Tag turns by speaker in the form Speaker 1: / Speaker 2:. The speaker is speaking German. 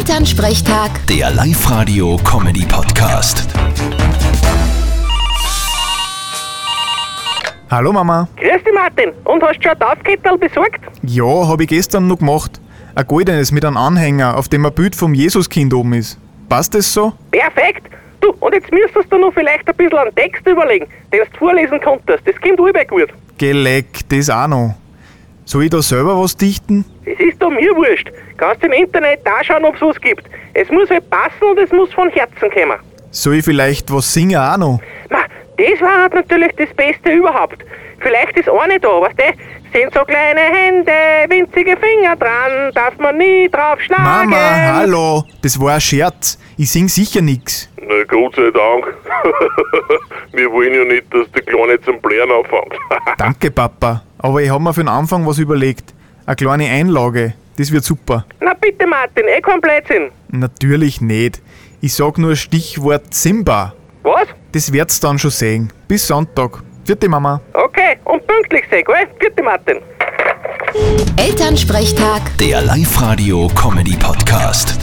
Speaker 1: Elternsprechtag,
Speaker 2: Der Live-Radio-Comedy-Podcast.
Speaker 3: Hallo Mama.
Speaker 4: Grüß dich, Martin. Und hast schon Taufkettel besorgt?
Speaker 3: Ja, habe ich gestern noch gemacht. Ein goldenes mit einem Anhänger, auf dem ein Bild vom Jesuskind oben ist. Passt das so?
Speaker 4: Perfekt. Du, und jetzt müsstest du noch vielleicht ein bisschen einen Text überlegen, den du vorlesen konntest. Das kommt allweil gut.
Speaker 3: Geleck, das auch noch. Soll ich da selber was dichten?
Speaker 4: Es ist doch mir wurscht. Kannst im Internet anschauen, ob es was gibt. Es muss halt passen und es muss von Herzen kommen.
Speaker 3: Soll ich vielleicht was singen auch noch?
Speaker 4: Ma, das war halt natürlich das Beste überhaupt. Vielleicht ist eine da, weißt du? Sind so kleine Hände, winzige Finger dran, darf man nie drauf schlagen.
Speaker 3: Mama, hallo. Das war ein Scherz. Ich sing sicher nix.
Speaker 5: Na, Äh, Gott sei Dank. Wir wollen ja nicht, dass der Kleine zum Blären anfängt.
Speaker 3: Danke Papa. Aber ich habe mir für den Anfang was überlegt. Eine kleine Einlage. Das wird super.
Speaker 4: Na bitte, Martin, eh kein Blödsinn.
Speaker 3: Natürlich nicht. Ich sag nur Stichwort Simba.
Speaker 4: Was?
Speaker 3: Das wird's dann schon sehen. Bis Sonntag. Vierte Mama.
Speaker 4: Okay, und pünktlich sein, gell? Bitte, Martin.
Speaker 1: Elternsprechtag.
Speaker 2: Der Live-Radio-Comedy-Podcast.